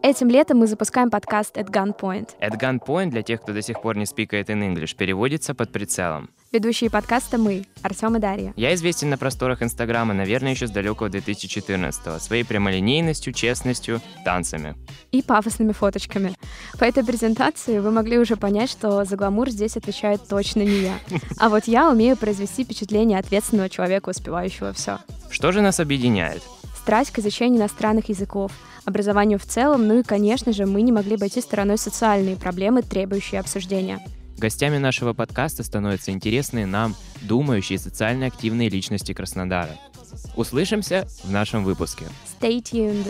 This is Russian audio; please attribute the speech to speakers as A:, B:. A: Этим летом мы запускаем подкаст «At Gunpoint».
B: At Gunpoint, для тех, кто до сих пор не спикает in English, переводится под прицелом.
A: Ведущие подкаста мы, Артем и Дарья.
B: Я известен на просторах Инстаграма, наверное, еще с далекого 2014-го, своей прямолинейностью, честностью, танцами.
A: И пафосными фоточками. По этой презентации вы могли уже понять, что за гламур здесь отвечает точно не я. А вот я умею произвести впечатление ответственного человека, успевающего все.
B: Что же нас объединяет?
A: Страсть к изучению иностранных языков, образованию в целом, ну и, конечно же, мы не могли обойти стороной социальные проблемы, требующие обсуждения.
B: Гостями нашего подкаста становятся интересные нам, думающие и социально активные личности Краснодара. Услышимся в нашем выпуске.
A: Stay tuned!